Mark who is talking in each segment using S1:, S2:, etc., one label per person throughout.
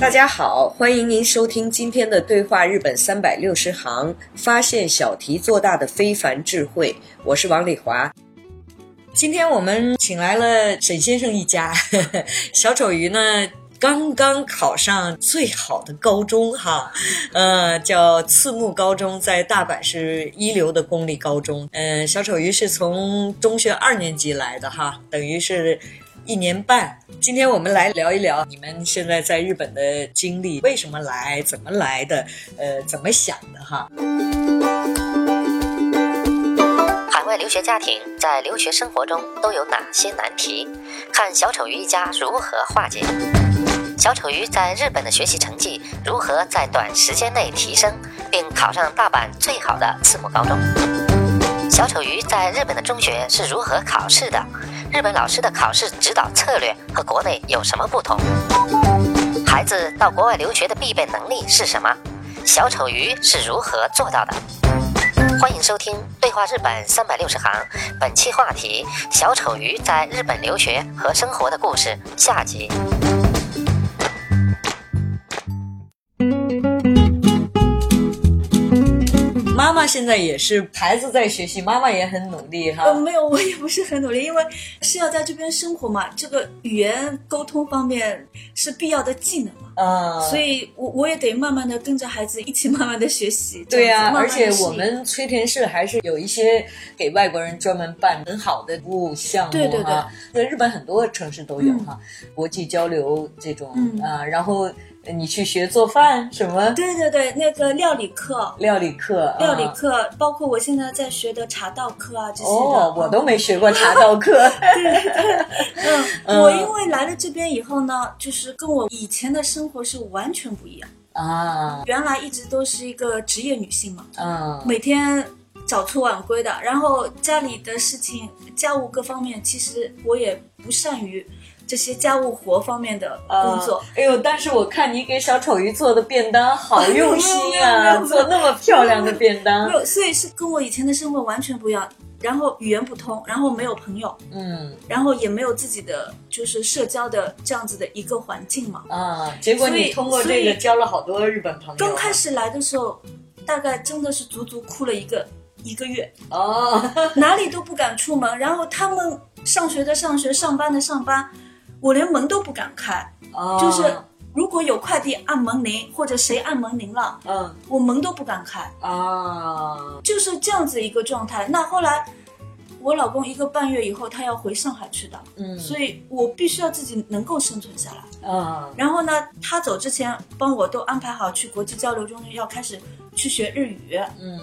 S1: 大家好，欢迎您收听今天的《对话日本三百六十行》，发现小题做大的非凡智慧。我是王丽华。今天我们请来了沈先生一家， 小丑鱼呢刚刚考上最好的高中哈，呃，叫次木高中，在大阪是一流的公立高中。嗯、小丑鱼是从中学二年级来的哈，等于是一年半。今天我们来聊一聊你们现在在日本的经历，为什么来，怎么来的，呃，怎么想的哈。
S2: 海外留学家庭在留学生活中都有哪些难题？看小丑鱼一家如何化解。小丑鱼在日本的学习成绩如何在短时间内提升，并考上大阪最好的次木高中？小丑鱼在日本的中学是如何考试的？日本老师的考试指导策略和国内有什么不同？孩子到国外留学的必备能力是什么？小丑鱼是如何做到的？欢迎收听《对话日本三百六十行》，本期话题：小丑鱼在日本留学和生活的故事下集。
S1: 妈妈现在也是，孩子在学习，妈妈也很努力哈。
S3: 呃，没有，我也不是很努力，因为是要在这边生活嘛，这个语言沟通方面是必要的技能嘛，
S1: 啊，
S3: 所以我我也得慢慢的跟着孩子一起 慢慢的学习。
S1: 对
S3: 呀、
S1: 呀、
S3: 慢慢
S1: 而
S3: 地
S1: 且
S3: 适
S1: 我
S3: 应
S1: 们崔田市还是有一些给外国人专门办很好的服务项目哈。
S3: 对对对
S1: 在日本很多城市都有哈，国际交流这种、
S3: 嗯
S1: 啊，然后你去学做饭什么
S3: 对对对，那个料理课，
S1: 料理课，
S3: 料理
S1: 啊
S3: 课，包括我现在在学的茶道课啊这些的。
S1: 哦，我都
S3: 嗯
S1: 没学过茶道课。 嗯
S3: 嗯，我因为来了这边以后呢，就是跟我以前的生活是完全不一样。
S1: 啊，
S3: 原来一直都是一个职业女性嘛，
S1: 嗯，
S3: 每天早出晚归的，然后家里的事情、家务各方面，其实我也不善于这些家务活方面的工作。
S1: 啊。哎呦，但是我看你给小丑鱼做的便当好用心
S3: 没有没有没
S1: 啊，
S3: 有
S1: 做那么漂亮的便当
S3: 没。有，所以是跟我以前的生活完全不一样。然后语言不通，然后没有朋友，
S1: 嗯
S3: 然后也没有自己的就是社交的这样子的一个环境嘛。
S1: 啊，结果
S3: 所
S1: 你
S3: 以
S1: 通过这
S3: 所
S1: 个
S3: 以
S1: 交了好多日本朋友。
S3: 刚开始来的时候，大概真的是足足哭了一个一个月，
S1: 哦，
S3: 哪里都不敢出门。然后他们上学的上学，上班的上班，我连门都不敢开。
S1: 哦
S3: 就是如果有快递按门铃，或者谁按门铃了，
S1: 嗯
S3: 我门都不敢开，
S1: 啊
S3: 就是这样子一个状态。那后来，我老公一个半月以后他要回上海去的，
S1: 嗯
S3: 所以我必须要自己能够生存下来。
S1: 啊
S3: 然后呢，他走之前帮我都安排好去国际交流中心要开始去学日语，
S1: 嗯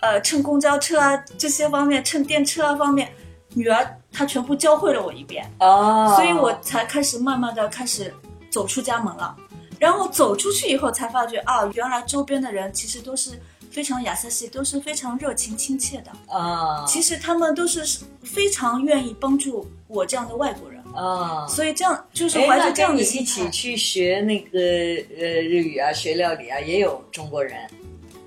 S3: 呃，乘公交车啊这些方面，乘电车啊方面，女儿她全部教会了我一遍。
S1: 哦，
S3: 所以我才开始慢慢的开始走出家门了。然后走出去以后，才发觉啊，原来周边的人其实都是非常雅塞西，都是非常热情亲切的。
S1: 啊
S3: 其实他们都是非常愿意帮助我这样的外国人，
S1: 啊。
S3: 所以这样就是
S1: 哎，
S3: 怀
S1: 那
S3: 着这样
S1: 跟你
S3: 的
S1: 一
S3: 心
S1: 起
S3: 情。
S1: 去学那个呃日语啊，学料理啊，也有中国人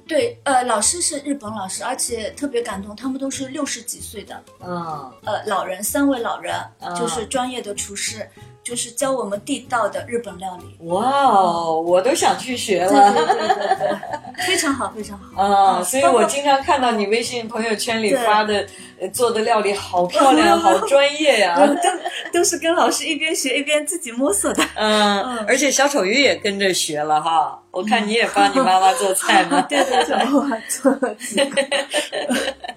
S3: 对，呃，老师是日本老师，而且特别感动，他们都是六十几岁的
S1: 嗯
S3: 呃老人，三位老人
S1: 啊
S3: 就是专业的厨师，就是教我们地道的日本料理。
S1: 哇哦，我都想去 学
S3: 对
S1: 了。
S3: 对对对对， 非常好，非常好。嗯
S1: 啊，所以
S3: 包括
S1: 我经常看到你微信朋友圈里
S3: 对
S1: 发的，呃做的料理好 漂亮，好专业呀、嗯
S3: 都都是跟老师一边学一边自己摸 索的。
S1: 嗯
S3: 嗯，。
S1: 而且小丑鱼也跟着学了哈，我看你也帮你妈妈做菜嘛
S3: 对对对，我做了几个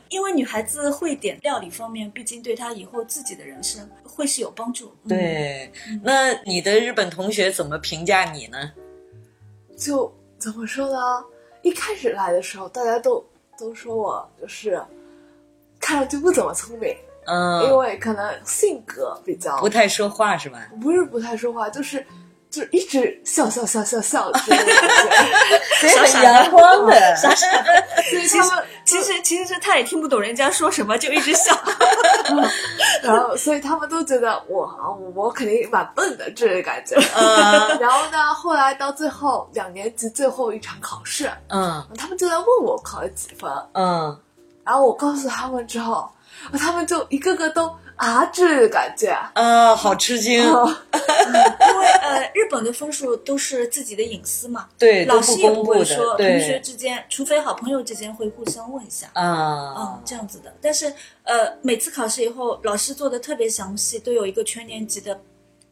S3: 因为女孩孩子会点料理方面，毕竟对他以后自己的人生会是有帮助。嗯，
S1: 对，那你的日本同学怎么评价你呢？
S4: 就怎么说呢？一开始来的时候，大家都都说我就是看上去不怎么聪明，因
S3: 哎
S1: 嗯，
S4: 为可能性格比较
S1: 不太说话是吧？
S4: 不是不太说话，就是就是一直笑笑笑笑笑的这种感
S1: 所以很阳光的，傻啊傻的
S4: 觉，所以他们
S3: 其实其实是他也听不懂人家说什么，就一 直笑。
S4: 然后所以他们都觉得我啊我我肯定蛮笨的这类感觉。
S1: 嗯
S4: 然后呢，后来到最后两年级最后一场考试，
S1: 嗯
S4: 他们就在问我考了几分，
S1: 嗯，
S4: 然后我告诉他们之后，他们就一个个都啊这类的感觉。
S1: 啊，好吃惊，
S4: 哦
S3: 因为呃，日本的分数都是自己的隐私嘛，
S1: 对，都
S3: 老
S1: 不
S3: 师也
S1: 公
S3: 不
S1: 布
S3: 会说，
S1: 的，
S3: 同学
S1: 对，
S3: 之间，除非好朋友之间会互相问一下。
S1: 啊
S3: 嗯，，这样子的。但是呃，每次考试以后，老师做的特别详细，都有一个全年级的，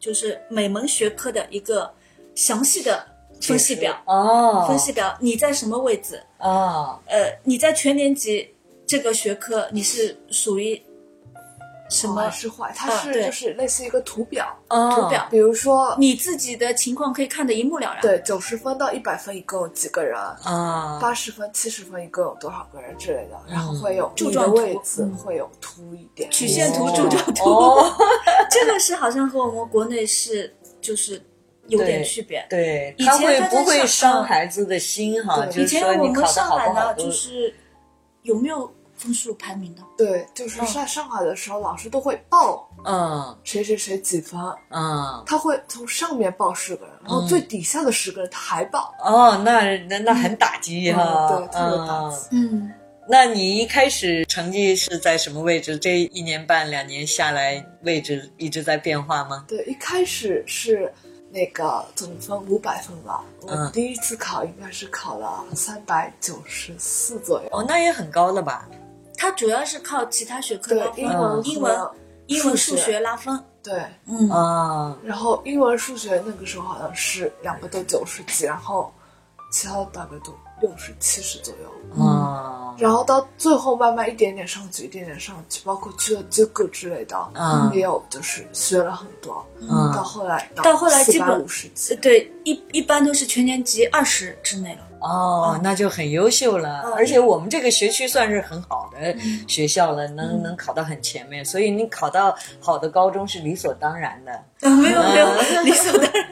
S3: 就是每门学科的一个详细的分析表。
S1: 哦，
S3: 分析表，你在什么位置？
S1: 啊，
S3: 呃，你在全年级这个学科你是属于什么？
S1: 哦
S4: 是坏，它
S3: 嗯
S4: 是
S3: 对嗯
S4: 就是类似一个图表，
S1: 图
S3: 哦图表
S4: 比如说
S3: 你自己的情况可以看得一目了然。
S4: 对九十分到一百分一共有几个人，
S3: 嗯
S1: 啊，
S4: 八十分、七十分一共有多少个人之类的，然后
S1: 嗯
S4: 会有
S3: 柱
S4: 你
S3: 状
S4: 的
S3: 图
S4: 位置
S3: 嗯
S4: 会有凸一点，
S3: 曲线图、
S1: 哦
S3: 柱状图，
S1: 哦
S3: 这个是好像和我们国内是就是有点区别。
S1: 对，
S3: 以
S1: 他
S3: 前
S1: 会
S3: 他在
S1: 不会
S3: 上
S1: 伤
S3: 嗯
S1: 孩子的心哈？
S4: 对
S1: 就
S3: 以
S1: 是
S3: 前
S1: 说
S3: 我
S1: 你
S3: 们
S1: 考的
S3: 上
S1: 好
S3: 海
S1: 不好
S3: 呢，
S1: 都
S3: 就是有没有分数排名的？
S4: 对，就是
S3: 嗯
S4: 上上海的时候，老师都会报
S1: 嗯
S4: 谁谁谁几分，
S1: 嗯
S4: 他会从上面报十个人，然
S3: 嗯
S4: 后最底下的十个人他还报，
S1: 哦，那那那很打击哈，
S4: 嗯对特别打击
S3: 嗯，
S1: 那你一开始成绩是在什么位置？这一年半两年下来，位置一直在变化吗？
S4: 对，一开始是那个总分五百分吧，我
S1: 嗯
S4: 第一次考应该是考了三百九十四左右，
S1: 哦，那也很高了吧？
S3: 它主要是靠其他学科
S4: 对
S3: 拉分，
S4: 英文
S3: 嗯英文、
S4: 和
S3: 英文、数
S4: 数学
S3: 学拉分。
S4: 对。
S3: 嗯，
S1: 啊，
S4: 然后英文、数学那个时候好像是两个都九十几，然后其他的大概都六十、七十左右。
S1: 啊，
S4: 然后到最后慢慢一点点上去，一点点上去，包括去了这个之类的，
S1: 嗯
S4: 也有就是学了很多。
S1: 嗯
S4: 到后来
S3: 到后来基
S4: 四
S3: 本
S4: 百五十几，
S3: 呃对，一一般都是全年级二十之内了。
S1: 哦，那就很优秀了。
S3: 嗯
S1: 而且我们这个学区算是很好的学校了，能能考到很前面，所以你考到好的高中是理所当然的。
S3: 没有没
S1: 嗯
S3: 有，理所当然。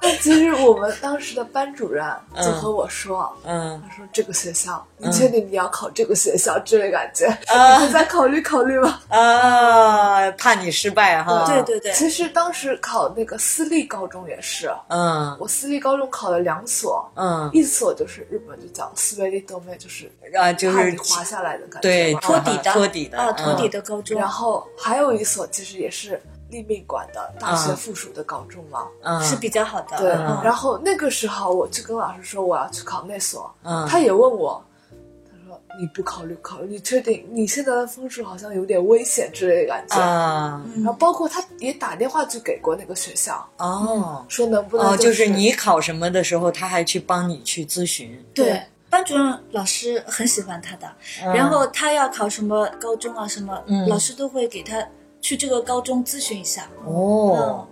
S4: 那其实我们当时的班主任就
S1: 嗯
S4: 和我说。
S1: 嗯
S4: 他说：“这个学校，你
S1: 嗯
S4: 确定你要考这个学校？这类感觉，
S1: 啊
S4: 你再考虑考虑吧。
S1: 啊，怕你失败哈。
S3: 对对对，
S4: 其实当时考那个私立高中也是，
S1: 嗯
S4: 我私立高中考了两所，
S1: 嗯
S4: 一所就是日本就叫斯维利多妹，就是
S1: 啊，就
S4: 汉
S1: 是
S4: 语滑下来的感觉，
S1: 对
S4: 然后
S3: 托底的
S1: 托底的
S3: 啊，
S1: 嗯
S3: 托底的高中
S4: 然。后还有一所其实也是立命馆的大学附属的高中嘛，
S1: 嗯
S3: 是比较好的，
S4: 对。
S3: 嗯
S4: 呃然后那个时候我就跟老师说我要去考那所，
S1: 嗯
S4: 他也问我，他说你不考虑考虑，你确定你现在的分数好像有点危险之类的感觉。
S1: 啊
S3: 嗯
S4: 然后包括他也打电话去给过那个学校，
S1: 哦
S4: 说能不能
S1: 哦，
S4: 就
S1: 就是你考什么的时候，他还去帮你去咨询。
S3: 对
S4: 对，
S3: 班主任老师很喜欢他的，
S1: 嗯
S3: 然后他要考什么高中啊什么，
S1: 嗯
S3: 老师都会给他去这个高中咨询一下，
S1: 哦，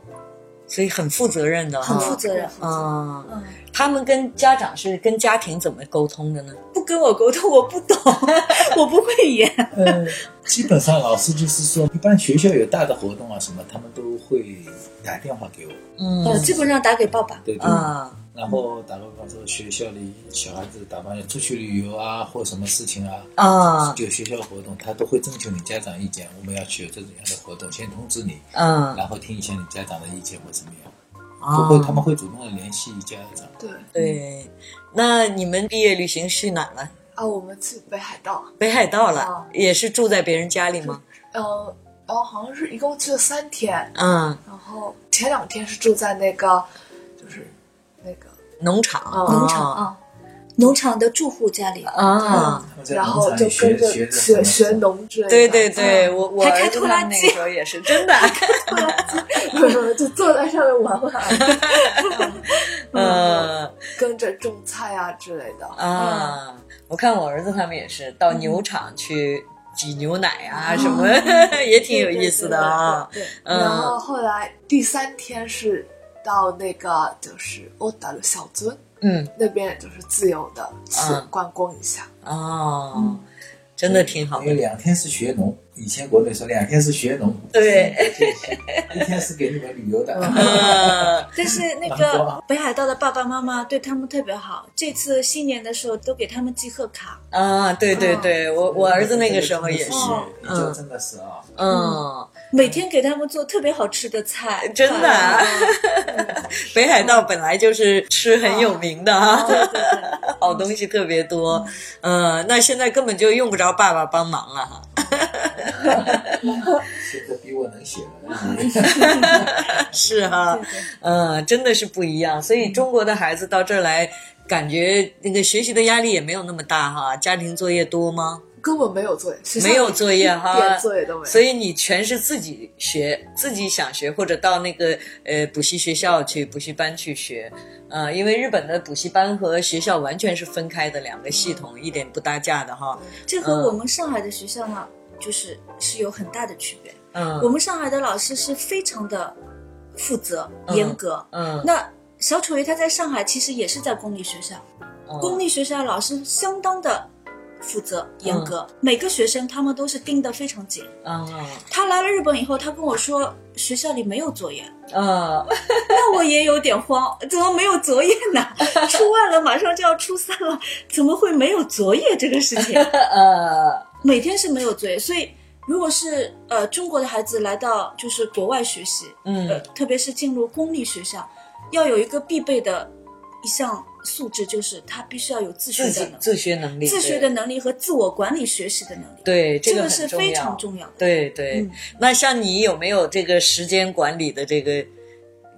S1: 所以很负责任的
S3: 嗯，
S1: 哈，
S3: 很负责任，
S1: 啊。
S3: 嗯，
S1: 他们跟家长是跟家庭怎么沟通的呢？
S3: 不跟我沟通，我不懂， 我不会演，
S5: 呃，基本上老师就是说，一般学校有大的活动啊什么，他们都会打电话给我。
S1: 嗯
S3: 呃，基本上打给爸爸，
S5: 对对。
S1: 啊
S5: 然后打个比方说，学校里小孩子打扮出去旅游啊，或什么事情啊，
S1: 啊
S5: 有学校活动，他都会征求你家长意见。我们要去有这种样的活动，先通知你，
S1: 嗯
S5: 然后听一下你家长的意见或怎么样。
S1: 啊，
S5: 不会，他们会主动的联系家长。
S4: 对
S1: 对。那你们毕业旅行去哪儿了？
S4: 啊，我们去北海道，
S1: 北海道了
S4: 哦，
S1: 也是住在别人家里吗？
S4: 呃，然后好像是一共去了三天，
S1: 嗯，
S4: 然后前两天是住在那个，就是那个，
S1: 农场，
S4: 哦
S3: 农场啊，农场的住户家里，哦
S1: 啊，
S5: 他们在
S4: 然
S5: 农
S4: 后
S5: 场
S4: 就跟
S5: 里学
S4: 着
S5: 学着怎
S4: 学
S5: 么
S4: 学农之类的，
S1: 对对对，我我
S3: 嗯还
S1: 儿
S3: 开
S1: 子
S3: 拖
S1: 他
S3: 拉
S1: 们那
S3: 机
S1: 个时候也是真的，
S4: 对， 就坐在上面玩 玩，
S1: 呃
S4: 跟着种菜啊之类的。
S1: 啊，我看我儿子他们也是到牛场去挤牛奶啊，
S4: 哦
S1: 什么 也挺有意思的啊。
S3: 对，
S4: 然后
S1: 嗯，
S4: 后来第三天是到那个就是欧达的小樽
S1: 嗯，
S4: 那边，就是自由的去
S1: 嗯
S4: 观光一下。
S1: 哦，真的挺好
S5: 因为
S1: 的。
S5: 两天是学农，以前国内说两天是学农，
S1: 对，
S5: 一天是给你们旅游 的。
S1: 嗯，
S3: 但是那
S5: 难
S3: 个
S5: 过
S3: 北海道的爸爸妈妈对他们特别好，这次新年的时候都给他们寄贺卡。
S1: 啊，对对对，我我儿子那个时候也是，
S5: 是，这
S1: 嗯
S5: 真的是啊，
S1: 嗯，
S3: 每天给他们做特别好吃的菜，
S1: 真的啊北海道本来就是吃很有名的啊，
S3: 对对对，
S1: 好东西特别多，嗯，那现在根本就用不着爸爸帮忙啊了哈，
S5: 现在比我能写了。
S1: 是哈，嗯，真的是不一样，所以中国的孩子到这儿来，感觉那个学习的压力也没有那么大哈，家庭作业多吗？
S4: 根本没有作业，学校
S1: 没有作业
S4: 一
S1: 哈
S4: 点，作业都没有。
S1: 所以你全是自己学，自己想学，或者到那个呃补习学校去、补习班去学，呃，因为日本的补习班和学校完全是分开的两个系统，一点不搭架的哈，
S3: 这和我们上海的学校呢，就是是有很大的区别。我
S1: 嗯
S3: 们上海的老师是非常的负责、
S1: 嗯
S3: 严格。
S1: 嗯，
S3: 那小丑鱼他在上海其实也是在公立学校，
S1: 哦
S3: 公立学校老师相当的负责、严格，每个学生他们都是盯得非常紧。
S1: 嗯
S3: 他来了日本以后，他跟我说学校里没有作业，
S1: 嗯
S3: 那我也有点慌，怎么没有作业呢？ 初二了，马上就要初三了，怎么会没有作业这个事情？
S1: 呃
S3: 每天是没有作业，所以如果是呃中国的孩子来到就是国外学习，呃
S1: 嗯，
S3: 特别是进入公立学校，要有一个必备的一项素质，就是他必须要有自学
S1: 自己
S3: 的能
S1: 自学能力，
S3: 力、自学的能力和自我管理学习的能力，
S1: 对对
S3: 这
S1: 个
S3: 个
S1: 很
S3: 是非常重要的。
S1: 对对，
S3: 嗯
S1: 那像你有没有这个时间管理的这个？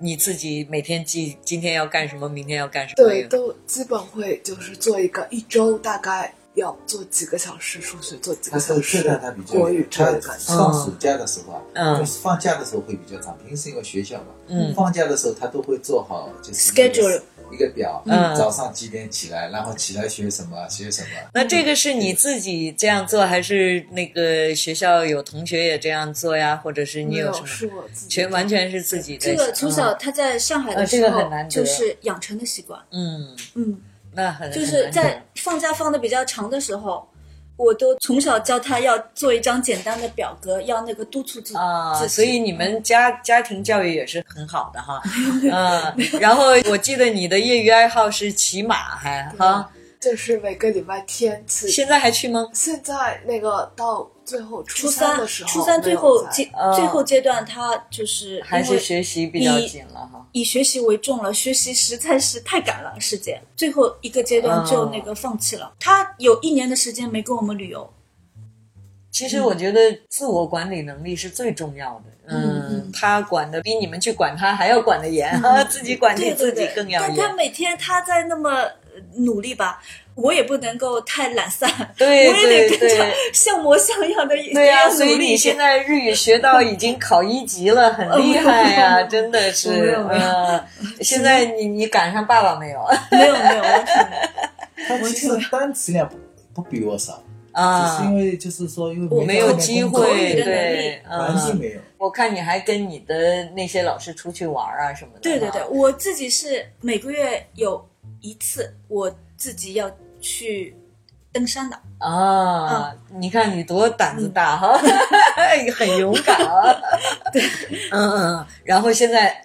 S1: 你自己每天记今天要干什么，明天要干什么？
S4: 对，都基本会就是做一个一周大概要做几个小时数学，做几
S5: 他
S4: 个
S5: 是
S4: 小
S5: 是
S4: 时
S5: 的，他比较
S4: 国语这
S5: 他
S4: 样感觉。
S5: 上暑假的时候啊，
S1: 嗯
S5: 就是放假的时候会比较长，平时因为学校嘛，
S1: 嗯
S5: 放假的时候他都会做好就是那个
S3: Schedule
S5: 一个表，
S1: 嗯
S5: 早上几点起来，然后起来学什么学什么。
S1: 那
S3: 嗯
S1: 这个是你自己这样做，还是那个学校有同学也这样做呀？或者是你
S4: 没
S1: 有
S4: 有
S1: 什么？
S4: 是我自己
S1: 全完全是自己的。
S3: 这个从小他在上海
S1: 呃
S3: 的
S1: 嗯这
S3: 时
S1: 个
S3: 候
S1: 很难，得
S3: 就是养成的习惯。
S1: 嗯，
S3: 嗯，
S1: 那很
S3: 就是在放假放的比较长的时候，我都从小教他要做一张简单的表格，要那个督促自己。
S1: 啊，
S3: 自己嗯
S1: 所以你们家家庭教育也是很好的哈。嗯，然后我记得你的业余爱好是骑马，还哈，
S4: 嗯就是每个礼拜天去
S1: 现在还去吗？
S4: 现在那个到最后初
S3: 初三
S4: 的时候，
S3: 初三最后阶、
S1: 嗯
S3: 最后阶段，他就是
S1: 还
S3: 因
S1: 是
S3: 为
S1: 学习比较紧了哈？
S3: 以学习为重了，学习实在是太赶了，时间最后一个阶
S1: 嗯
S3: 段就那个放弃了。他有一年的时间没跟我们旅游，
S1: 其
S3: 嗯
S1: 实我觉得自我管理能力是最重要的。嗯，他管的比你们去管他还要管得严， 自己管你
S3: 嗯对对
S1: 自己
S3: 对，
S1: 更要
S3: 但他
S1: 严。
S3: 每天他在那么呃努力吧，我也不能够太懒散，
S1: 对
S3: 我也
S1: 对
S3: 得跟着
S1: 对
S3: 像模像样的
S1: 对呀、
S3: 呀、
S1: 所以你现在日语学到已经考一级了，很
S3: 哦
S1: 厉害呀、真的
S3: 没
S1: 是。
S3: 有没有
S1: 嗯，现在你你赶上爸爸没有啊
S3: 没有没有完全没有。
S5: 他其实单词量不不比我少，只是
S1: 啊
S5: 因？为就是说因
S3: 我
S5: 为
S1: 没有
S5: 上面
S1: 机
S5: 工作
S3: 口
S1: 会，
S3: 语的能
S1: 对
S3: 力，
S5: 环境
S1: 嗯。
S5: 没有。
S1: 我看你还跟你的那些老师出去玩 啊什么的。
S3: 对对对，，我自己是每个月有一次我自己要去登山的，
S1: 啊，你看你多胆子大哈， 很勇敢啊。对，嗯嗯，然后现在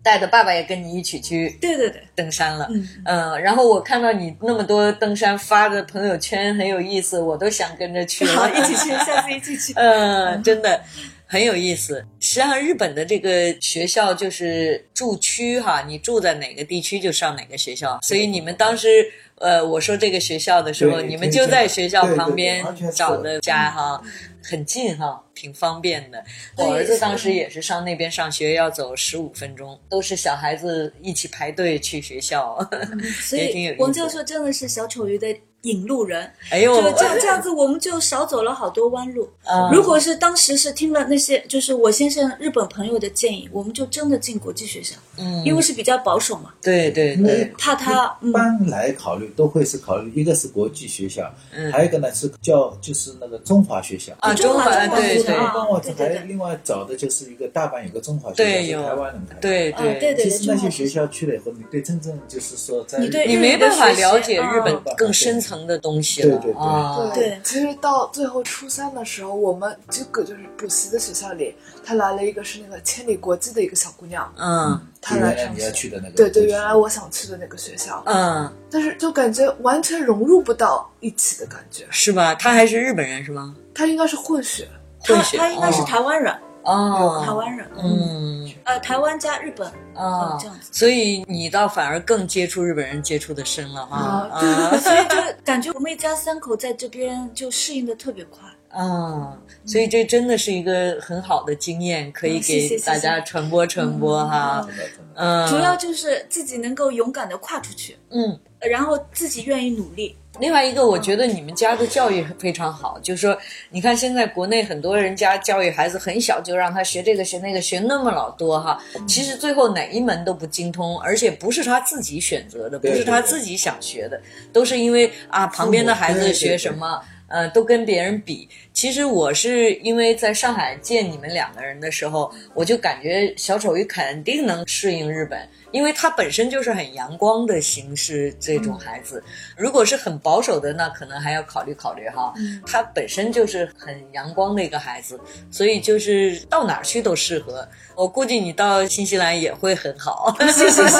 S1: 带着爸爸也跟你一起去
S3: 对对对，
S1: 登山了。
S3: 嗯，
S1: 嗯，然后我看到你那么多登山发的朋友圈很有意思，我都想跟着去
S3: 好，
S1: 了。
S3: 一起去，下次一起去。
S1: 嗯，真的很有意思。实际上，日本的这个学校就是住区哈，你住在哪个地区就上哪个学校。所以你们当时，呃，我说这个学校的时候，
S5: 对
S1: 你们就在学校
S5: 对对
S1: 旁边
S5: 对完全是
S1: 找的家哈，很近哈，挺方便的。
S3: 对
S1: 我儿子当时也是上那边上学，要走十五分钟，都是小孩子一起排队去学校。
S3: 嗯所
S1: 也挺有意
S3: 以
S1: 思
S3: 王教授真的是小丑鱼的引路人，
S1: 哎呦，
S3: 就这样这样子，我们就少走了好多弯路。
S1: 啊
S3: 如果是当时是听了那些，就是我先生日本朋友的建议，我们就真的进国际学校，
S1: 嗯
S3: 因为是比较保守嘛，
S1: 对对
S5: 因为
S1: 对，
S3: 怕他
S5: 一
S3: 嗯
S5: 般来考虑都会是考虑一个是国际学校，
S1: 嗯
S5: 还有一个呢是叫就是那个中华学校。
S1: 啊，
S3: 中
S1: 华
S3: 华中华
S1: 对
S3: 中
S1: 对
S3: 华
S5: 帮我
S3: 对对
S5: 还
S3: 对
S5: 另外找的就是一个大阪有个中华
S1: 对
S5: 学校，
S1: 有
S5: 是台湾人开的。
S1: 对
S3: 啊对对
S5: 其实那
S3: 中华
S5: 些学
S3: 学
S5: 校去了以后，你对真正就是说在
S3: 你对
S1: 你没办法了解日
S3: 啊
S1: 本更深层的东西了
S5: 对对对
S1: 啊。
S3: 对
S4: 其实到最后初三的时候，我们这个就是补习的学校里，她来了一个是那个千里国际的一个小姑娘，
S1: 嗯
S4: 她
S5: 原
S4: 来
S5: 来
S4: 上
S5: 你
S4: 学
S5: 要去的那个
S4: 对对，
S5: 就是
S4: 原来我想去的那个学校，
S1: 嗯，
S4: 但是就感觉完全融入不到一起的感觉。
S1: 是吧？他还是日本人是吗？
S4: 她应该是混血，
S3: 他
S1: 混血
S3: 他应该是
S1: 哦
S3: 台湾人，台
S1: 哦，
S3: 湾人，
S1: 嗯
S3: 呃，台湾加日本，
S1: 啊
S3: 嗯这样子，
S1: 所以你倒反而更接触日本人接触的深了哈
S4: 啊
S1: 啊
S3: 所以就是感觉我们一家三口在这边就适应的特别快。
S1: 啊！所以这真的是一个很好的经验，可以
S3: 嗯谢谢
S1: 给大家传播传播哈。
S5: 真的真的
S1: 嗯，
S3: 主要就是自己能够勇敢的跨出去，
S1: 嗯，
S3: 呃然后自己愿意努力。
S1: 另外一个，我觉得你们家的教育非常好，就是说，你看现在国内很多人家教育孩子很小就让他学这个学那个，学那么老多哈，其实最后哪一门都不精通，而且不是他自己选择的，不
S5: 对
S1: 是他自己想学的，都是因为啊旁边的孩
S5: 对
S1: 子
S5: 对
S1: 学
S5: 对
S1: 什么。呃，都跟别人比。其实我是因为在上海见你们两个人的时候，我就感觉小丑鱼肯定能适应日本，因为他本身就是很阳光的形式这种孩子。
S3: 嗯
S1: 如果是很保守的，那可能还要考虑考虑哈。
S3: 嗯
S1: 他本身就是很阳光的一个孩子，所以就是到哪儿去都适合。我估计你到新西兰也会很 好。
S3: 谢谢谢谢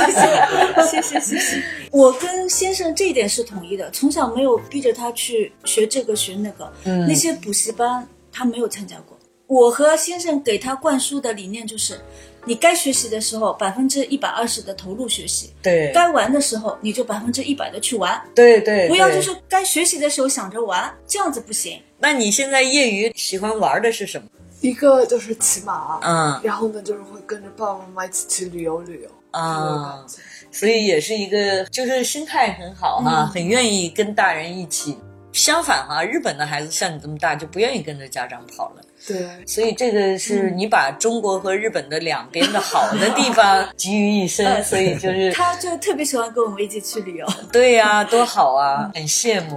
S3: 谢谢谢谢。我跟先生这一点是统一的，从小没有逼着他去学这个学那个，
S1: 嗯
S3: 那些补习班他没有参加过。我和先生给他灌输的理念就是，你该学习的时候百分之一百二十的投入学习，
S1: 对
S3: 该玩的时候你就百分之一百的去玩，
S1: 对对，
S3: 不要
S1: 对
S3: 就是该学习的时候想着玩，这样子不行。
S1: 那你现在业余喜欢玩的是什么？
S4: 一个就是骑马，
S1: 嗯
S4: 然后呢就是会跟着爸爸妈妈一起去旅游旅游
S1: 啊
S4: 这种感觉
S1: 所以也是一个就是心态很好哈、
S3: 嗯
S1: 很愿意跟大人一起。相反哈、日本的孩子像你这么大就不愿意跟着家长跑了，
S4: 对，
S1: 所以这个是你把中国和日本的两边的好的地 方集于一身，
S3: 嗯
S1: 所以 就是
S3: 他就特别喜欢跟我们一起去旅游。
S1: 对呀、多好啊，很羡慕。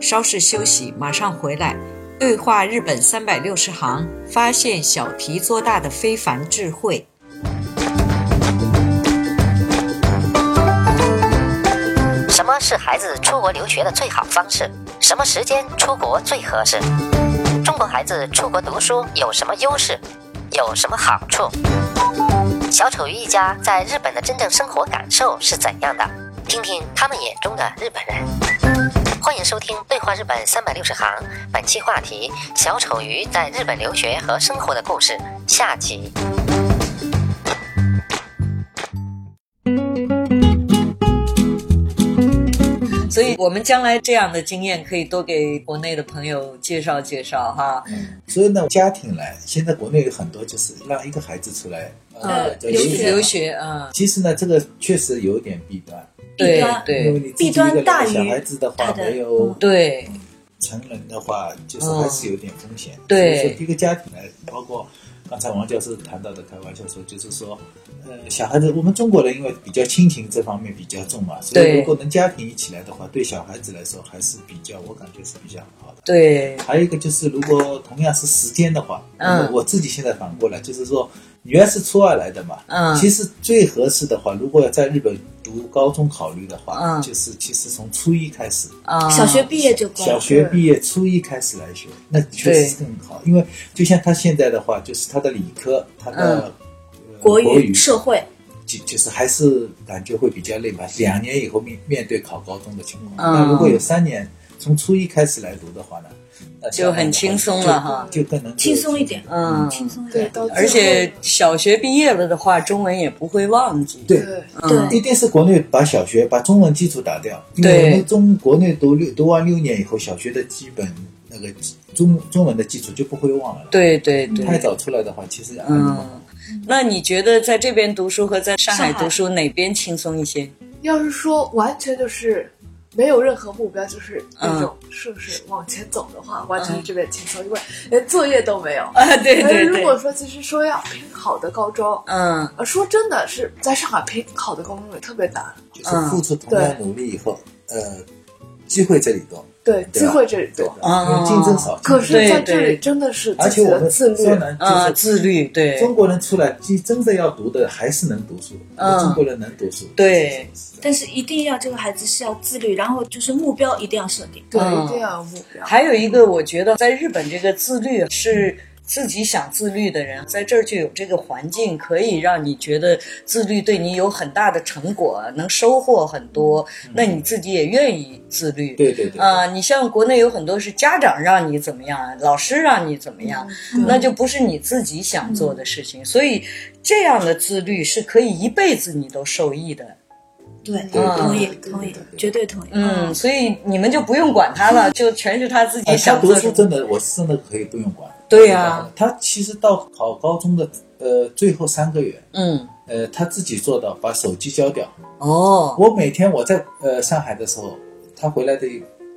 S1: 稍事休息，马上回来。对话日本三百六十行，发现小题做大的非凡智慧。
S2: 什么是孩子出国留学的最好方式？什么时间出国最合适？中国孩子出国读书有什么优势？有什么好处？小丑鱼一家在日本的真正生活感受是怎样的？听听他们眼中的日本人。欢迎收听《对话日本三百六十行》，本期话题：小丑鱼在日本留学和生活的故事。下集。
S1: 所以我们将来这样的经验可以多给国内的朋友介绍介绍哈。
S5: 所以呢，家庭来，现在国内有很多就是让一个孩子出来，
S1: 呃
S5: 呃，在
S3: 留
S5: 学
S3: 学
S5: 嘛
S1: 留。学啊，
S5: 其实呢，这个确实有点弊端，
S1: 对
S3: 弊端
S5: 因为
S1: 对嗯
S5: 你自己一啊
S3: 弊
S5: 个
S3: 端
S5: 两
S3: 大
S5: 个
S3: 于
S5: 小孩子的
S3: 他
S5: 话，
S3: 的
S5: 没有
S1: 对，
S5: 成人的话，就是还是有点风险。
S1: 嗯对
S5: 所以说一个家庭来，包括刚才王教授谈到的，开玩笑说，就是说，呃，小孩子，我们中国人因为比较亲情这方面比较重嘛，所
S1: 对
S5: 以如果能家庭一起来的话，对小孩子来说还是比较，我感觉是比较好的。
S1: 对
S5: 还有一个就是，如果同样是时间的话，
S1: 嗯
S5: 我自己现在反过来，就是说，女儿是初二来的嘛，
S1: 嗯
S5: 其实最合适的话，如果要在日本读高中考虑的话，
S1: 嗯
S5: 就是其实从初一开始，
S1: 啊，
S3: 小学毕业就过
S5: 小
S3: 了，
S5: 学毕业初一开始来学，那确实更好，因为就像他现在的话，就是他的理科，他
S1: 嗯
S5: 的、呃
S3: 国
S5: 国语
S3: 社会，
S5: 就就是还是感觉会比较累嘛。两年以后面面对考高中的情况，
S1: 嗯
S5: 那如果有三年从初一开始来读的话呢，那
S1: 就很
S5: 相反的话
S1: 轻松了哈
S5: 就就更能
S3: 轻松一点
S1: 嗯，
S3: 轻松一
S4: 对，
S3: 点。
S4: 到最后
S1: 而且小学毕业了的话，中文也不会忘记。
S5: 对。
S4: 对
S1: 嗯
S5: 一定是国内把小学把中文基础打掉，因
S1: 对
S5: 为我们中国内读六读完六年以后，小学的基本那个基中中文的基础就不会忘了。
S1: 对对对，嗯
S5: 太早出来的话，其实
S1: 嗯。那你觉得在这边读书和在上海
S3: 上海
S1: 读书哪边轻松一些？
S4: 要是说完全就是没有任何目标，就是
S1: 嗯
S4: 那种顺势往前走的话，完全是这边轻松，因为连作业都没有。
S1: 啊，嗯对
S4: 但是
S1: 对
S4: 如
S1: 对，
S4: 果说其实说要评好的高中，
S1: 嗯
S4: 呃，说真的是在上海评好的高中也特别难。
S5: 就是付出同样努力以后，呃，机会这里多，
S4: 对，
S5: 对
S4: 机
S5: 吧
S4: 会这里
S5: 对
S4: 多
S5: 吧，？
S1: 哦
S5: 因为竞争少。
S4: 可是在
S1: 对
S4: 这里
S1: 对
S4: 真的是
S5: 而
S4: 自
S5: 且
S4: 己
S5: 我
S4: 的
S5: 们
S4: 自
S5: 说
S4: 律。
S5: 呢，
S1: 啊，
S5: 就是
S1: 自律，对
S5: 中国人出来，就真正要读的还是能读书，
S1: 嗯
S5: 中国人能读书。
S1: 对
S5: 是这样，
S3: 但是一定要这个孩子是要自律，然后就是目标一定要设定。
S4: 对，
S1: 嗯
S4: 一定要有目标。
S1: 还有一个，我觉得在日本这个自律是自己想自律的人，在这儿就有这个环境，可以让你觉得自律对你有很大的成果，能收获很多，那你自己也愿意自律。
S5: 对对对，
S1: 啊、你像国内有很多是家长让你怎么样，老师让你怎么样，那就不是你自己想做的事情。所以，这样的自律是可以一辈子你都受益的。
S3: 对，
S4: 嗯
S5: 对
S3: 同意
S4: 对对
S3: 同意
S5: 对对，对
S3: 绝对同意。
S1: 嗯，，所以你们就不用管他了，就全是他自己
S5: 哎他
S1: 想
S5: 读
S1: 做
S5: 书
S1: 的。
S5: 真的，我是真的可以不用管。
S1: 对啊呀
S5: 他其实到考高中的呃最后三个月，
S1: 嗯，
S5: 呃，他自己做到把手机交掉。
S1: 哦，
S5: 我每天我在呃上海的时候，他回来的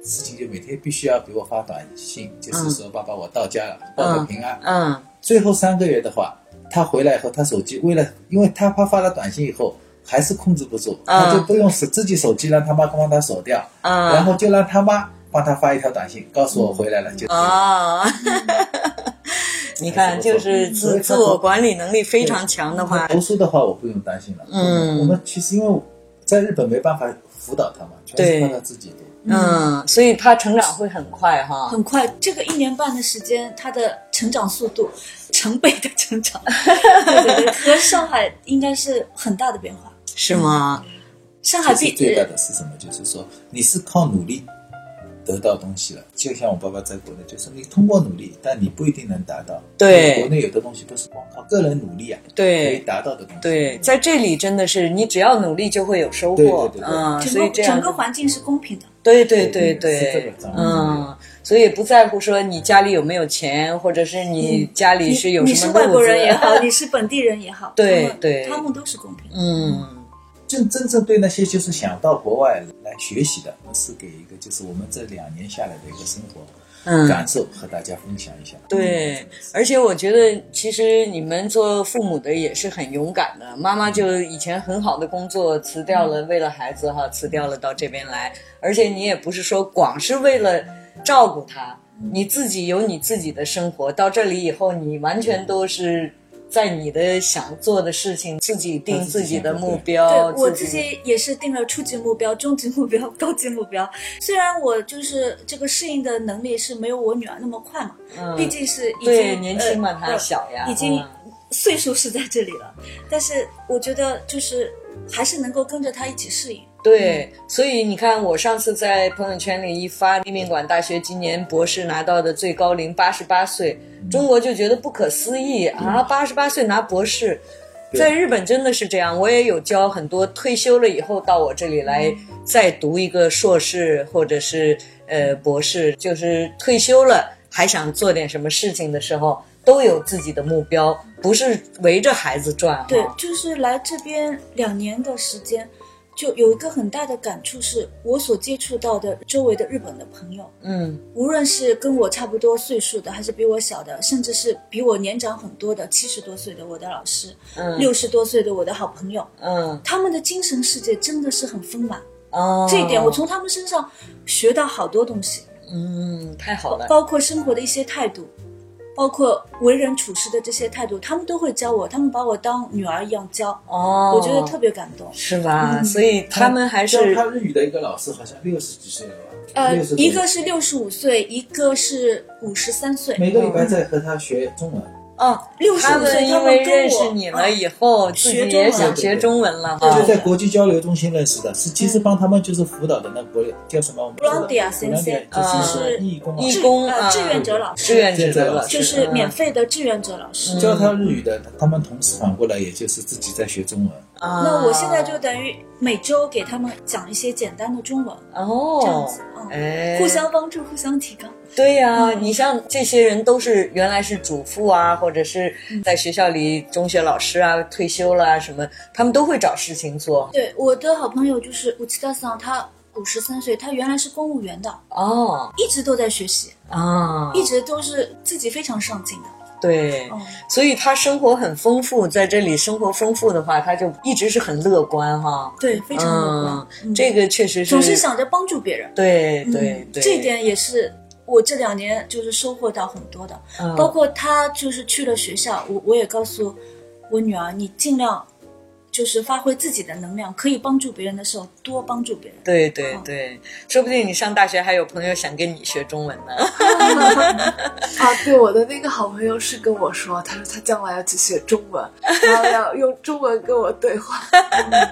S5: 事情就每天必须要给我发短信，就是说爸爸我到家了，报个平安。
S1: 嗯，
S5: 最后三个月的话，他回来以后，他手机为了，因为他怕发了短信以后还是控制不住，
S1: 啊
S5: 他就不用手自己手机让他妈帮他锁掉，
S1: 啊，
S5: 然后就让他妈帮他发一条短信，告诉我回来了，就
S1: 啊， 你看，就是
S5: 所
S1: 自
S5: 以他
S1: 自我管理能力非常强的话，
S5: 读书的话，我不用担心了。
S1: 嗯
S5: 我们其实因为在日本没办法辅导他嘛，全
S1: 对
S5: 是靠他自己读。
S1: 嗯，所以他成长会很快哈。
S3: 很快，这个一年半的时间，他的成长速度成倍的增长，对对对，和上海应该是很大的变化。
S1: 是吗？
S3: 上海
S5: 其
S3: 毕
S5: 实最大
S3: 呃
S5: 的是什么？就是说你是靠努力得到东西了，就像我爸爸在国内，就是你通过努力，但你不一定能达到。
S1: 对
S5: 因为国内有的东西都是光靠个人努力啊，可以
S1: 对
S5: 达到的东西。
S1: 对，在这里真的是你只要努力就会有收获
S5: 对对对对
S1: 啊，
S3: 呃整
S1: 所以
S3: 个
S1: 这样
S3: 整个环境是公平的，
S1: 对对对
S5: 对是这
S1: 对
S5: 个账，目
S1: 嗯，所以也不在乎说你家里有没有钱，或者是你家里
S3: 你
S1: 是有
S3: 你
S1: 什么
S3: 是外
S1: 路
S3: 国
S1: 子
S3: 人也好， 你是本地人也好，
S1: 对
S3: 他们
S1: 对
S3: 他们都是公平的。
S1: 嗯
S5: 真真正对那些就是想到国外来学习的，是给一个就是我们这两年下来的一个生活
S1: 嗯，
S5: 感受和大家分享一下。
S3: 嗯
S5: 嗯
S1: 对，而且我觉得其实你们做父母的也是很勇敢的。妈
S3: 嗯
S1: 妈就以前很好的工作辞掉了，为了孩子哈，辞掉了到这边来。而且你也不是说光是为了照顾他，
S3: 嗯
S1: 你自己有你自己的生活。到这里以后，你完
S3: 嗯
S1: 全都是在你的想做的事情，自己定自己的目标。
S3: 对我自己也是定了初级目标、中级目标、高级目标。虽然我就是这个适应的能力是没有我女儿那么快嘛，
S1: 嗯
S3: 毕竟是已经
S1: 对年轻嘛，
S3: 呃
S1: 他小呀，
S3: 已经
S1: 嗯
S3: 岁数是在这里了，但是我觉得就是还是能够跟着他一起适应。
S1: 对，所以你看，我上次在朋友圈里一发，立命馆大学今年博士拿到的最高龄八十八岁，中国就觉得不可思议啊！八十八岁拿博士，
S5: 对
S1: 在日本真的是这样。我也有教很多退休了以后到我这里来再读一个硕士或者是呃博士，就是退休了还想做点什么事情的时候，都有自己的目标，不是围着孩子转哈。
S3: 对，就是来这边两年的时间，就有一个很大的感触是，我所接触到的周围的日本的朋友，
S1: 嗯
S3: 无论是跟我差不多岁数的，还是比我小的，甚至是比我年长很多的七十多岁的我的老师，
S1: 嗯
S3: 六十多岁的我的好朋友，
S1: 嗯
S3: 他们的精神世界真的是很丰满。
S1: 哦，
S3: 这一点我从他们身上学到好多东西，
S1: 嗯太好 了。
S3: 包括生活的一些态度，包括为人处事的这些态度，他们都会教我，他们把我当女儿一样教，
S1: 哦，
S3: 我觉得特别感动。
S1: 是吧？
S3: 嗯
S1: 所以他们还是
S5: 教他日语的一个老师好像六十几岁了吧？
S3: 呃，
S5: 60多
S3: 一个是六十五岁，一个是五十三岁。嗯
S5: 每个礼
S1: 嗯
S5: 拜在和他学中文。
S1: 哦，
S3: 六十
S1: 他
S3: 五
S1: 们
S3: 岁，他
S1: 因
S3: 们
S1: 为
S3: 跟我啊
S1: 认识你了以后，自己
S3: 学中
S1: 也
S3: 文
S1: 想学中文了
S3: 对
S5: 就
S1: 哈
S3: 对。
S5: 在国际交流中心认识的，是其实帮他们就是辅导的那国叫什么？我们知道
S3: Blondia 先生
S5: Blondia 就是说义工
S1: 呃义
S5: 啊，
S1: 工
S3: 呃
S1: 啊，
S3: 志愿者老师
S1: 志愿者老师
S3: 就是免
S1: 嗯
S3: 费的志愿者老师。
S5: 教他日语的，他们同时反过来也就是自己在学中文，
S1: 啊
S3: 那我现在就等于每周给他们讲一些简单的中文，
S1: 哦，
S3: 这样子，嗯，
S1: 哎，
S3: 互相帮助，互相提高。
S1: 对呀、
S3: 嗯
S1: 你像这些人都是原来是主妇啊，或者是
S3: 嗯
S1: 在学校里中学老师啊，退休了啊什么，他们都会找事情做。
S3: 对，我的好朋友就是武吉大桑，他五十三岁，他原来是公务员的，
S1: 哦
S3: 一直都在学习，
S1: 啊，
S3: 一直都是自己非常上进的。
S1: 对，
S3: 嗯，
S1: 所以他生活很丰富，在这里生活丰富的话，他就一直是很乐观哈。
S3: 对，非常乐观，
S1: 嗯，这个确实是
S3: 总是想着帮助别人。
S1: 对对
S3: 嗯
S1: 对，
S3: 这一点也是我这两年就是收获到很多的，
S1: 嗯
S3: 包括他就是去了学校，我我也告诉我女儿，你尽量就是发挥自己的能量，可以帮助别人的时候多帮助别人。
S1: 对对
S3: 嗯
S1: 对，说不定你上大学还有朋友想跟你学中文呢。
S4: 啊，对，我的那个好朋友是跟我说，他说他将来要去学中文，然后要用中文跟我对话。
S3: 嗯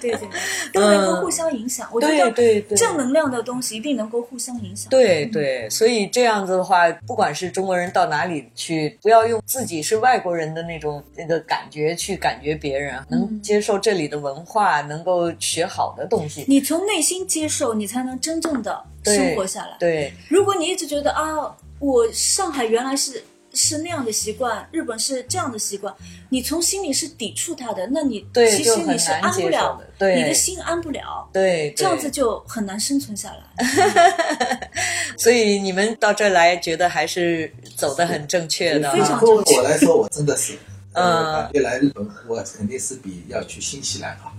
S3: 对 对对，都能够互相影响。我觉
S1: 嗯对
S3: 得
S1: 对对，
S3: 正能量的嗯东西一定能够互相影响。
S1: 对对，所以这样子的话，不管是中国人到哪里去，不要用自己是外国人的那种那个感觉去感觉别人，
S3: 嗯
S1: 能接受这里的文化，能够学好的东西。
S3: 你从内心接受，你才能真正的
S1: 对
S3: 生活下来。
S1: 对
S3: 如果你一直觉得啊，我上海原来是是那样的习惯，日本是这样的习惯，你从心里是抵触它的，那你
S1: 对
S3: 其
S1: 就
S3: 实
S1: 很
S3: 你是
S1: 难
S3: 安
S1: 接
S3: 不
S1: 受
S3: 了
S1: 的，对
S3: 你的心安不了，
S1: 对，
S3: 这样
S1: 对
S3: 子就很难生存下 来。
S1: 所以你们到这儿来，觉得还是走得很正确的
S3: 非
S1: 哈
S3: 常。
S5: 对我来说，我真 的是。
S1: 嗯
S5: 呃，越来日本，我肯定是比要去新西兰好，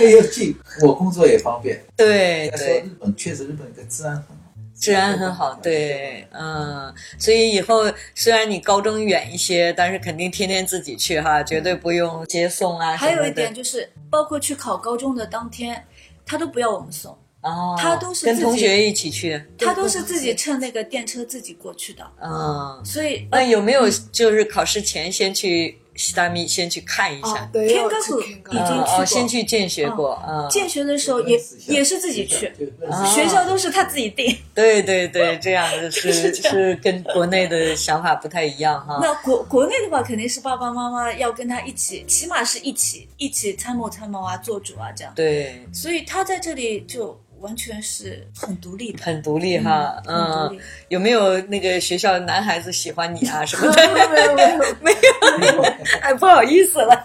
S5: 又近，我工作也方便。
S1: 对
S5: 再
S1: 对
S5: 说，日本确实，日本的治安很好，
S1: 治安很好，对，嗯，所以以后虽然你高中远一些，但是肯定天天自己去哈，绝对不用接送啊什
S3: 还
S1: 么的。
S3: 有一点就是，包括去考高中的当天，他都不要我们送，
S1: 哦，
S3: 他都是
S1: 跟
S3: 自己
S1: 同学一起去，
S3: 他都是自己乘那个电车自己过去的，
S1: 嗯，
S3: 所以呃
S1: 那有没有就是考试前先去西大密先去看一
S4: 啊
S1: 下？，
S4: 对，
S3: 天
S4: 要
S3: 哥
S4: 去
S3: 谷
S4: 天
S3: 哦
S4: 哥
S3: 已
S4: 谷
S1: 嗯哦，
S3: 经去过哦
S1: 先去见学过啊，
S3: 见学的时候也也是自己去，
S5: 就认识
S1: 啊
S3: 学校都是他自己定。
S1: 对对对，这样的是
S3: 是这样
S1: 是跟国内的想法不太一样哈。
S3: 那国国内的话，肯定是爸爸妈妈要跟他一起，起码是一起一起参谋参谋啊，做主啊这样。
S1: 对，
S3: 所以他在这里就完全是很独立的，
S1: 很独立哈，
S3: 很独
S1: 嗯
S3: 立，。
S1: 有没有那个学校男孩子喜欢你啊什么的？
S4: 没有没有没有，
S1: 哎，不好意思了。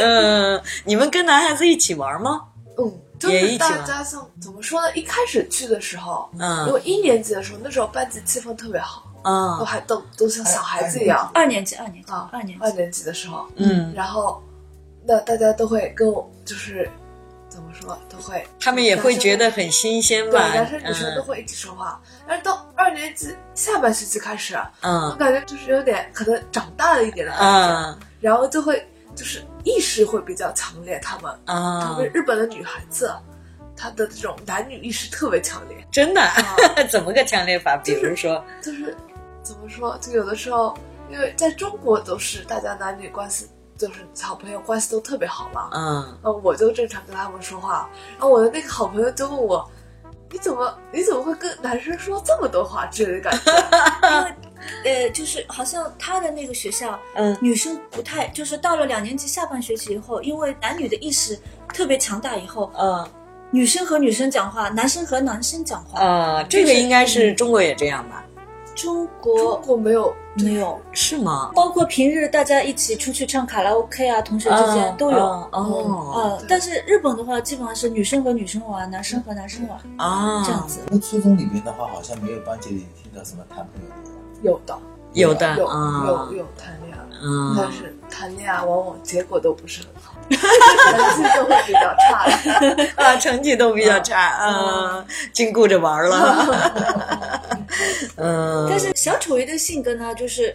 S1: 嗯，你们跟男孩子一起玩吗？
S4: 嗯， 就
S1: 也一
S4: 是
S1: 起
S4: 大
S1: 吗
S4: 家像怎么说呢？一开始去的时候，因
S1: 嗯
S4: 为一年级的时候，那时候班级气氛特别好，都
S1: 嗯
S4: 还都都像小孩子一样
S3: 二年级，二年级，
S4: 啊。
S3: 二年级
S4: 二，年级的时候，
S1: 嗯，
S4: 然后那大家都会跟我就是怎么说，都会
S1: 他们也会觉得很新鲜
S4: 对
S1: 吧？
S4: 男生女生
S1: 嗯
S4: 都会一起说话。但是到二年级下半学期开始，啊我
S1: 嗯
S4: 感觉就是有点可能长大了一点的感觉，
S1: 嗯
S4: 然后就会就是意识会比较强烈，他们。
S1: 啊
S4: 特别，日本的女孩子，她的这种男女意识特别强烈，
S1: 真的？啊怎么个强烈法？比如说，
S4: 就是怎么说，就有的时候，因为在中国都是大家男女关系，就是好朋友关系都特别好嘛。
S1: 嗯
S4: 嗯，我就正常跟他们说话，然后我的那个好朋友就问我，你怎么你怎么会跟男生说这么多话之类的感觉？
S3: 呃，就是好像他的那个学校。
S1: 嗯
S3: 女生不太，就是到了两年级下半学期以后，因为男女的意识特别强大以后，
S1: 嗯
S3: 女生和女生讲话，男生和男生讲话。
S1: 啊，这个应该是中国也这样吧？
S3: 中
S4: 中
S3: 国
S4: 国没有
S3: 没有，
S1: 是吗？
S3: 包括平日大家一起出去唱卡拉 OK 啊，同学之间都有。
S1: 嗯哦
S3: 呃，但是日本的话，基本上是女生和女生玩，男生和男生玩，
S1: 啊，
S3: 这样子。
S5: 我们初中里面的话，好像没有班级里听到什么谈朋友的。
S4: 有的
S1: 有的
S4: 有
S1: 啊，
S4: 有有谈恋爱，
S1: 嗯
S4: 但是谈恋爱往往结果都不是很好， 关系都会比较差。
S1: 啊，成绩都比较差
S3: 嗯
S1: 啊，净顾着玩了。嗯，
S3: 但是小丑鱼的性格呢，就是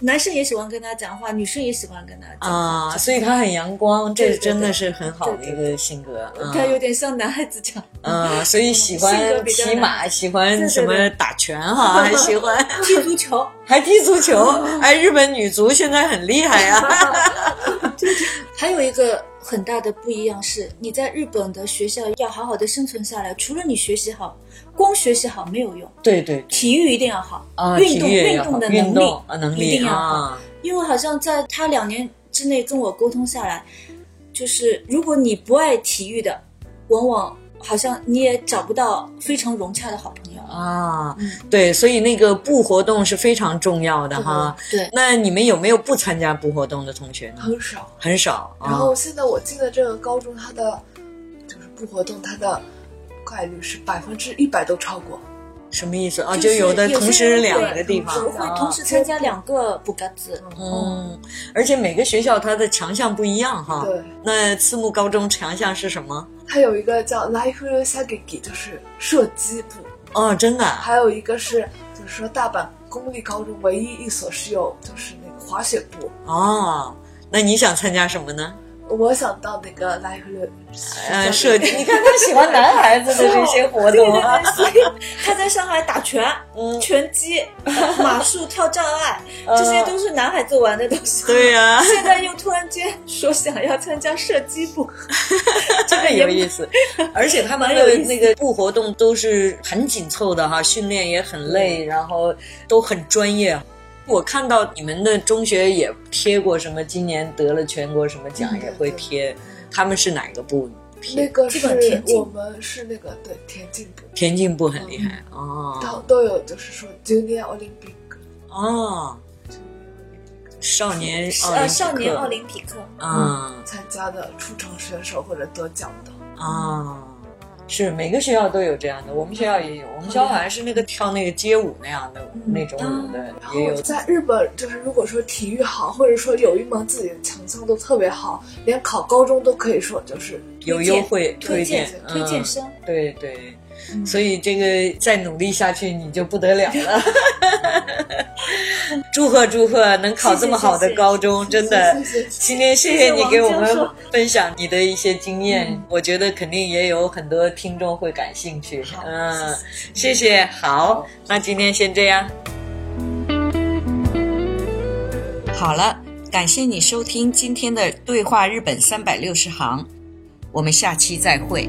S3: 男生也喜欢跟他讲话，女生也喜欢跟他讲话。
S1: 啊，所以他很阳光，这
S3: 对对
S1: 真的是很好的一个性格。
S3: 他有
S1: 嗯
S3: 点像男孩子讲，
S1: 嗯，所以喜
S3: 性格
S1: 欢
S3: 比较
S1: 骑马，喜欢
S3: 对
S1: 什么
S3: 对
S1: 打拳哈， 还喜欢
S3: 踢足球，
S1: 还踢足 球，哎，日本女足现在很厉害啊呀。
S3: 还有一个很大的不一样是，你在日本的学校要好好的生存下来，除了你学习好，光学习好没有用，
S1: 对对对
S3: 体育一定要好，
S1: 啊，
S3: 运
S1: 体
S3: 动
S1: 育也
S3: 运
S1: 要
S3: 动
S1: 好
S3: 的
S1: 运
S3: 能力
S1: 动啊能
S3: 一
S1: 力
S3: 定要好。
S1: 啊，
S3: 因为好像在他两年之内跟我沟通下来，就是如果你不爱体育的，往往好像你也找不到非常融洽的好朋友。
S1: 啊，
S3: 嗯
S1: 对，所以那个部活动是非常重要的哈。
S4: 对，
S1: 那你们有没有不参加部活动的同学呢？
S4: 很少。
S1: 很少。啊
S4: 然后现在我进的这个高中，它的就是不活动，它的概率是百分之一百都超过。
S1: 啊、什么意思啊？
S3: 就
S1: 就是有的同时两个地
S3: 只
S1: 方，啊
S3: 会同时参加两个补嘎子，
S1: 嗯，而且每个学校它的强项不一样哈。
S4: 对，
S1: 那次木高中强项是什么？
S4: 它有一个叫 Life s a g i 就是射击部，
S1: 哦，真的啊
S4: 还有一个是就是说大阪公立高中唯一一所是有就是那个滑雪部。
S1: 哦。那你想参加什么呢？
S4: 我想到那个 Life，
S1: 呃，射击。你看他喜欢男孩子的这些活动啊。
S3: 所以他在上海打拳、
S1: 嗯
S3: 拳击、马术、跳障碍，这些都是男孩子玩的东西。
S1: 对呀、
S3: 现在又突然间说想要参加射击部，
S1: 这个有意 思，而且他们
S3: 蛮有
S1: 的
S3: 意思
S1: 那个部活动都是很紧凑的哈，训练也很
S3: 嗯
S1: 累，然后都很专业。我看到你们的中学也贴过什么，今年得了全国什么奖
S4: 嗯
S1: 也会贴，他们是哪个部？
S4: 那个
S3: 基
S4: 是
S3: 本田径
S4: 我们是那个对田径部，
S1: 田径部很厉害
S3: 嗯
S1: 哦
S4: 都都有就是说 Junior Olympic。
S1: 哦，少年嗯奥林匹克
S3: 呃，少年奥林匹克，
S1: 啊
S4: 参加的出场选手或者得奖的，
S1: 啊。是每个学校都有这样的，我们学校也有。我们
S3: 嗯
S1: 学校好像是那个跳那个街舞那样的、那种舞
S3: 嗯
S1: 的
S4: 然，
S1: 也
S3: 哦
S4: 后
S1: 有
S4: 在日本就是如果说体育好，或者说有一门自己的强项都特别好，连考高中都可以说就是
S1: 有优惠
S3: 推
S1: 荐
S3: 荐推荐
S1: 嗯
S3: 生，
S1: 对对，所以这个再努力下去你就不得了了。祝贺祝贺，能考这么好的高中，真的。
S4: 谢谢
S1: 今天谢谢你给我们
S3: 谢谢王教授
S1: 分享你的一些经验，我觉得肯定也有很多听众会感兴趣。嗯，谢谢，好，那今天先这样。好了，感谢你收听今天的对话日本三百六十行，我们下期再会。